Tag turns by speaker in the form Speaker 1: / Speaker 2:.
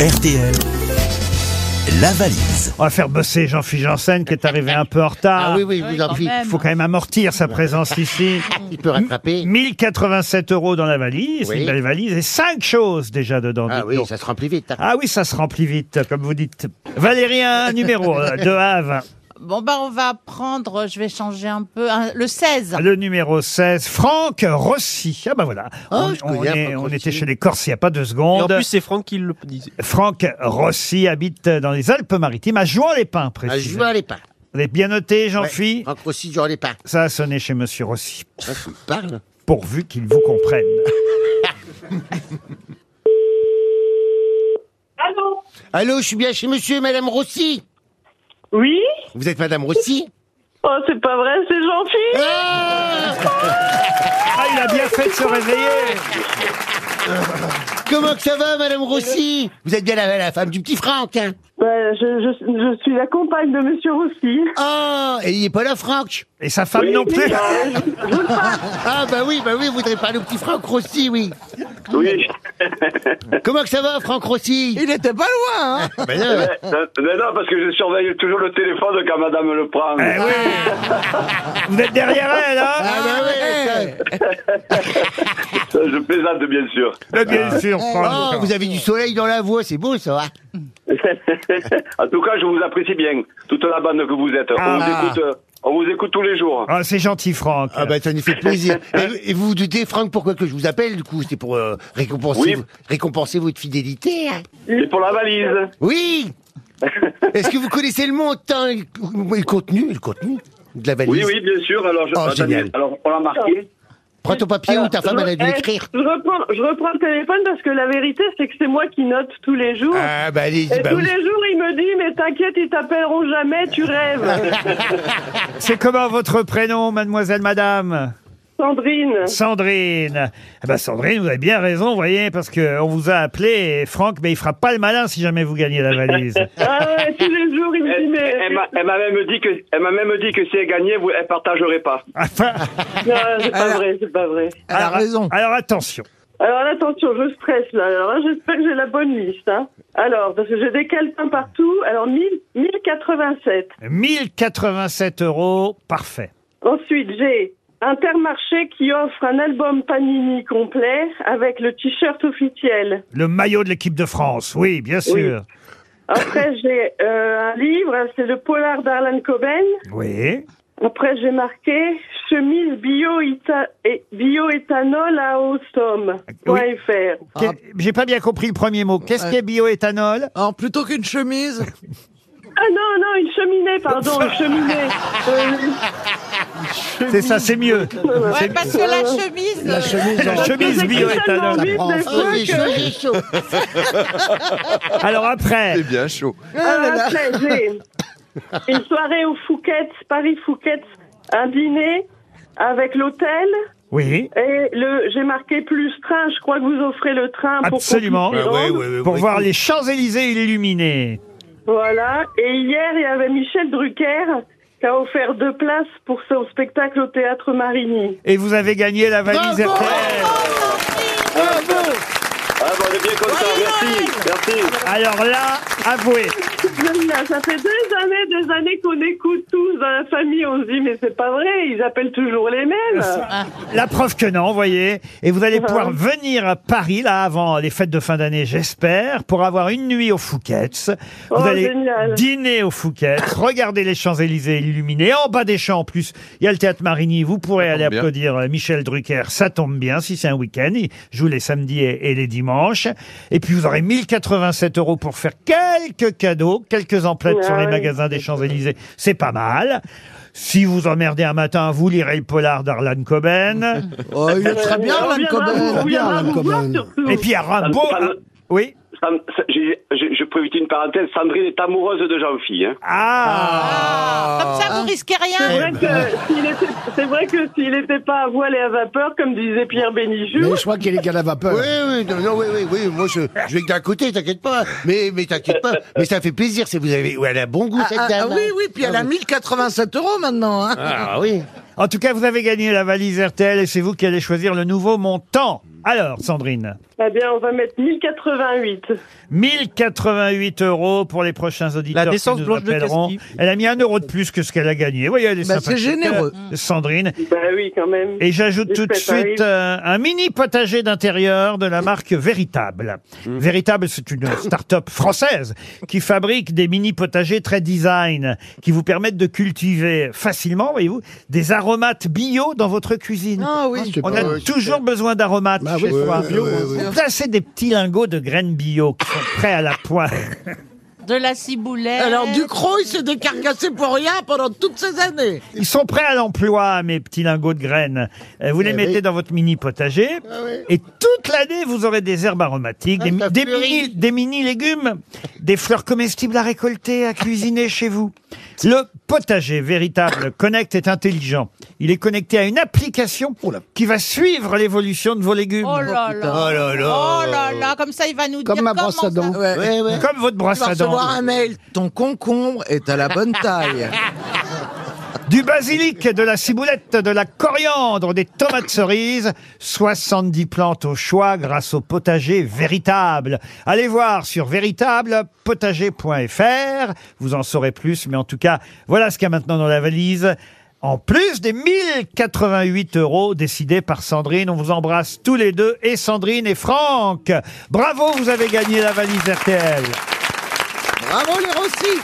Speaker 1: RTL, la valise.
Speaker 2: On va faire bosser Jean-Philippe Janssen qui est arrivé un peu en retard.
Speaker 3: Ah oui, oui,
Speaker 4: Oui,
Speaker 3: vous en
Speaker 4: quand
Speaker 3: prie.
Speaker 4: même.
Speaker 2: Il faut quand même amortir sa présence ici.
Speaker 3: Il peut rattraper.
Speaker 2: 1087 euros dans la valise,
Speaker 3: Oui.
Speaker 2: c'est une belle valise, et cinq choses déjà dedans.
Speaker 3: Ah
Speaker 2: dites
Speaker 3: oui,
Speaker 2: donc.
Speaker 3: ça se remplit vite. hein.
Speaker 2: Ah oui, ça se remplit vite, comme vous dites. Valérien, numéro euh, de Havre,
Speaker 4: Bon, bah, on va prendre, je vais changer un peu, hein, le 16.
Speaker 2: Ah, le numéro 16, Franck Rossi. Ah ben voilà,
Speaker 3: Ah,
Speaker 2: on,
Speaker 3: je
Speaker 2: on
Speaker 3: connais
Speaker 2: est-
Speaker 3: Franck
Speaker 2: on
Speaker 3: Rossi.
Speaker 2: était chez les Corses il n'y a pas deux
Speaker 5: Et en
Speaker 2: secondes.
Speaker 5: plus, c'est Franck qui le disait.
Speaker 2: Franck Rossi habite dans les Alpes-Maritimes, à Jouan-les-Pins,
Speaker 3: Ah, je vois
Speaker 2: précisément.
Speaker 3: les pas.
Speaker 2: Vous avez bien noté, Jean-Phi
Speaker 3: En aussi, je vois les pas.
Speaker 2: Ça a sonné chez Monsieur Rossi,
Speaker 3: Ça, ça me parle.
Speaker 2: pourvu qu'il vous comprenne.
Speaker 6: Allô
Speaker 3: Allô, je suis bien chez monsieur et madame Rossi.
Speaker 6: Oui
Speaker 3: Vous êtes madame Rossi
Speaker 6: Oh, c'est pas vrai, c'est
Speaker 3: Euh.
Speaker 6: gentil
Speaker 3: Ah
Speaker 2: Ah, il a bien fait de se réveiller
Speaker 3: Comment que ça va, madame Rossi Vous êtes bien la, la femme du petit Franck, hein
Speaker 6: Bah, je, je, je suis la compagne de Monsieur Rossi.
Speaker 3: Ah, et il n'est pas là, Franck
Speaker 2: Et sa femme non plus
Speaker 3: Ah, bah oui, bah oui, vous voudrez parler au petit Franck Rossi, oui.
Speaker 7: Oui.
Speaker 3: Comment que ça va, Franck Rossi Il était pas loin, hein bah, non,
Speaker 7: Euh, Mais non, parce que je surveille toujours le téléphone quand madame le prend.
Speaker 2: Eh oui Vous êtes derrière elle,
Speaker 3: Ah,
Speaker 2: hein
Speaker 3: bah ouais, ça-
Speaker 7: Ça, Euh, Je plaisante, bien sûr.
Speaker 2: Mais Bien sûr, Franck.
Speaker 3: Oh, vous avez du soleil dans la voix, c'est beau, ça, hein
Speaker 7: en tout cas, je vous apprécie bien, toute la bande que vous êtes. On,
Speaker 3: Ah.
Speaker 7: vous écoute, euh, on vous écoute tous les jours.
Speaker 2: Ah, c'est gentil, Franck.
Speaker 3: Ah bah ça nous fait plaisir. Et, et vous vous doutez, Franck, pourquoi que je vous appelle du coup C'est pour euh, récompenser,
Speaker 7: Oui.
Speaker 3: récompenser votre fidélité. hein
Speaker 7: Et pour la valise.
Speaker 3: oui Est-ce que vous connaissez le montant et le, le contenu Le contenu de la valise
Speaker 7: Oui, oui, bien sûr. Alors, je-
Speaker 3: Oh,
Speaker 7: attendez,
Speaker 3: génial.
Speaker 7: alors on l'a marqué.
Speaker 3: Prends ton papier ou ta femme, elle a
Speaker 6: Je-
Speaker 3: dû
Speaker 6: eh,
Speaker 3: écrire.
Speaker 6: Je reprends, je reprends le téléphone parce que la vérité, c'est que c'est moi qui note tous les jours.
Speaker 3: Ah bah allez-y,
Speaker 6: Et
Speaker 3: bah
Speaker 6: eh, tous
Speaker 3: oui.
Speaker 6: les jours, il me dit, mais t'inquiète, ils t'appelleront jamais, tu rêves.
Speaker 3: Ah.
Speaker 2: C'est comment votre prénom, mademoiselle, madame
Speaker 6: Sandrine.
Speaker 2: Sandrine. Ah bah Sandrine, vous avez bien raison, vous voyez, parce que on vous a appelé, et Franck, mais il fera pas le malin si jamais vous gagnez la valise.
Speaker 6: Ah ouais, tous les jours, il me
Speaker 7: Elle,
Speaker 6: dit, mais...
Speaker 7: elle Eh, m'a- elle m'a même dit que, elle m'a même dit que si elle gagnait, vous, elle partagerait pas.
Speaker 2: Ah, Enfin,
Speaker 6: Non, c'est pas vrai, c'est pas vrai.
Speaker 2: elle a raison. Alors attention.
Speaker 6: Alors là, attention, je stresse là. Alors là, j'espère que j'ai la bonne liste. Hein. Alors, parce que j'ai des calepins partout. Alors, 1000, 1087.
Speaker 2: 1087 euros, parfait.
Speaker 6: Ensuite, j'ai Intermarché qui offre un album Panini complet avec le t-shirt officiel.
Speaker 2: Le maillot de l'équipe de France, oui, bien sûr.
Speaker 6: Après, j'ai euh, un livre, hein, c'est le Polar d'Arlan Coben.
Speaker 2: Oui.
Speaker 6: Après, j'ai marqué chemise bio ita- et- bioéthanol à Awesome.fr.
Speaker 2: Quel- J'ai pas bien compris le premier mot. Qu'est-ce qu'est bioéthanol
Speaker 8: Alors plutôt qu'une chemise,
Speaker 6: Ah non, non, une cheminée, pardon, une cheminée. Euh,
Speaker 2: C'est ça, c'est mieux.
Speaker 4: Ouais, parce que la chemise. euh,
Speaker 2: La chemise
Speaker 6: Parce que c'est tellement
Speaker 2: bioéthanol.
Speaker 6: vite, des
Speaker 3: Oh,
Speaker 6: fois,
Speaker 3: il est
Speaker 6: que-
Speaker 3: chaud, il est chaud.
Speaker 2: Alors après,
Speaker 5: bien chaud.
Speaker 6: Alors Ah, après, j'ai une soirée au Fouquet's, Paris Fouquet's, un dîner avec l'hôtel.
Speaker 2: oui,
Speaker 6: Et le, j'ai marqué plus train, je crois que vous offrez le train pour
Speaker 2: Absolument.
Speaker 6: qu'on puisse y
Speaker 3: Euh, Bah Ouais,
Speaker 6: rendre.
Speaker 3: ouais, ouais,
Speaker 2: pour
Speaker 3: ouais.
Speaker 2: voir les Champs-Élysées illuminés.
Speaker 6: Voilà. Et hier, il y avait Michel Drucker qui a offert deux places pour son spectacle au Théâtre Marigny.
Speaker 2: Et vous avez gagné la valise
Speaker 3: Bravo
Speaker 2: RTL.
Speaker 7: Ah, bon, on est bien content. Merci. Merci.
Speaker 2: Alors là, avouez.
Speaker 6: Là, ça fait des années, des années qu'on écoute tous dans la famille, on se dit mais c'est pas vrai, ils appellent toujours les mêmes.
Speaker 2: La preuve que non, voyez. Et vous allez pouvoir venir à Paris, là, avant les fêtes de fin d'année, j'espère, pour avoir une nuit au Fouquet's. Vous
Speaker 6: Oh,
Speaker 2: allez
Speaker 6: génial.
Speaker 2: dîner au Fouquet's, regarder les Champs-Élysées illuminés. En bas des champs, en plus, il y a le théâtre Marigny. Vous pourrez aller applaudir euh, Michel Drucker. Ça tombe bien, si c'est un week-end. Il joue les samedis et, et les dimanches. Et puis, vous aurez 1087 euros pour faire quelques cadeaux, quelques emplettes sur
Speaker 6: Ah
Speaker 2: les
Speaker 6: oui.
Speaker 2: magasins magasin des Champs-Élysées, c'est pas mal. Si vous emmerdez un matin, vous lirez le polar d'Arlan Coben.
Speaker 8: oh, il est très bien,
Speaker 6: On
Speaker 8: Alan
Speaker 6: viendra
Speaker 8: Coben.
Speaker 6: vous- on
Speaker 8: Très bien,
Speaker 6: viendra
Speaker 8: Alan
Speaker 6: vous voir
Speaker 8: Coben.
Speaker 6: surtout.
Speaker 2: Et puis il y a
Speaker 7: Ça me
Speaker 2: Rimbaud.
Speaker 7: parle-
Speaker 2: Oui.
Speaker 7: ça me- ça- j'ai- j'ai- je peux éviter une parenthèse. Sandrine est amoureuse de Jean-Phi. hein.
Speaker 2: Ah.
Speaker 4: ah, Comme ça, vous risquez
Speaker 6: C'est
Speaker 4: rien.
Speaker 6: vrai que s'il était- c'est vrai que s'il n'était pas à voile et à vapeur, comme disait Pierre Bénichou,
Speaker 8: Mais je crois qu'il est qu'à la vapeur.
Speaker 3: Oui, oui, non, non, oui, oui, oui, moi je, je vais que d'un côté, t'inquiète pas. Mais, mais t'inquiète pas. Mais ça fait plaisir, si vous avez, ouais, elle a bon goût
Speaker 8: Ah,
Speaker 3: cette
Speaker 8: ah,
Speaker 3: dame.
Speaker 8: ah, oui, oui, puis elle a
Speaker 3: Ah,
Speaker 8: 1087 euros maintenant. Hein.
Speaker 3: Ah oui.
Speaker 2: En tout cas, vous avez gagné la valise RTL et c'est vous qui allez choisir le nouveau montant. Alors, Sandrine,
Speaker 6: Eh bien, on va mettre 1088.
Speaker 2: 1088 euros pour les prochains auditeurs.
Speaker 5: La décence
Speaker 2: qui nous
Speaker 5: blanche de
Speaker 2: appelleront.
Speaker 5: Casqui.
Speaker 2: Elle a mis un euro de plus que ce qu'elle a gagné. Voyez, elle est
Speaker 8: Bah, c'est
Speaker 2: sympathique,
Speaker 8: généreux.
Speaker 2: euh, Sandrine.
Speaker 6: Ben oui, quand même.
Speaker 2: Et j'ajoute
Speaker 6: Les
Speaker 2: tout de
Speaker 6: fêtes
Speaker 2: suite euh,
Speaker 6: arrivent.
Speaker 2: un mini potager d'intérieur de la marque Véritable.
Speaker 8: Mmh.
Speaker 2: Véritable, c'est une start-up française qui fabrique des mini potagers très design qui vous permettent de cultiver facilement, voyez-vous, des aromates bio dans votre cuisine.
Speaker 8: Ah oui.
Speaker 2: On a toujours besoin d'aromates
Speaker 8: Bah
Speaker 2: chez
Speaker 8: oui,
Speaker 2: soi.
Speaker 8: ouais, ouais,
Speaker 2: Vous
Speaker 8: ouais.
Speaker 2: placez des petits lingots de graines bio qui sont prêts à la poire.
Speaker 4: De la ciboulette.
Speaker 8: Alors Ducrot, il s'est décarcassé pour rien pendant toutes ces années.
Speaker 2: Ils sont prêts à l'emploi, mes petits lingots de graines. Euh, Vous les
Speaker 8: Eh
Speaker 2: mettez
Speaker 8: oui. Ah
Speaker 2: dans votre mini potager et toute l'année, vous aurez des herbes aromatiques, des,
Speaker 3: ça
Speaker 2: des
Speaker 3: fleurit.
Speaker 2: mini, des mini légumes, des fleurs comestibles à récolter, à cuisiner chez vous. Le potager véritable Connect est intelligent. Il est connecté à une application
Speaker 8: Oh
Speaker 2: qui va suivre l'évolution de vos légumes.
Speaker 4: Oh là là.
Speaker 3: Oh là là.
Speaker 4: Oh là là. Comme ça, il va nous
Speaker 9: Comme
Speaker 4: dire
Speaker 9: ma
Speaker 4: comment
Speaker 9: brosse à
Speaker 4: ça-
Speaker 9: dents.
Speaker 8: Ouais.
Speaker 3: Ouais, ouais.
Speaker 2: Comme votre brosse
Speaker 8: Tu vas
Speaker 2: à dents.
Speaker 8: recevoir un mail. Ton concombre est à la bonne taille.
Speaker 2: Du basilic, de la ciboulette, de la coriandre, des tomates cerises, 70 plantes au choix grâce au potager véritable. Allez voir sur véritable-potager.fr, vous en saurez plus, mais en tout cas, voilà ce qu'il y a maintenant dans la valise. En plus des 1088 euros décidés par Sandrine, on vous embrasse tous les deux, et Sandrine et Franck. Bravo, vous avez gagné la valise RTL.
Speaker 8: Bravo les Rossi.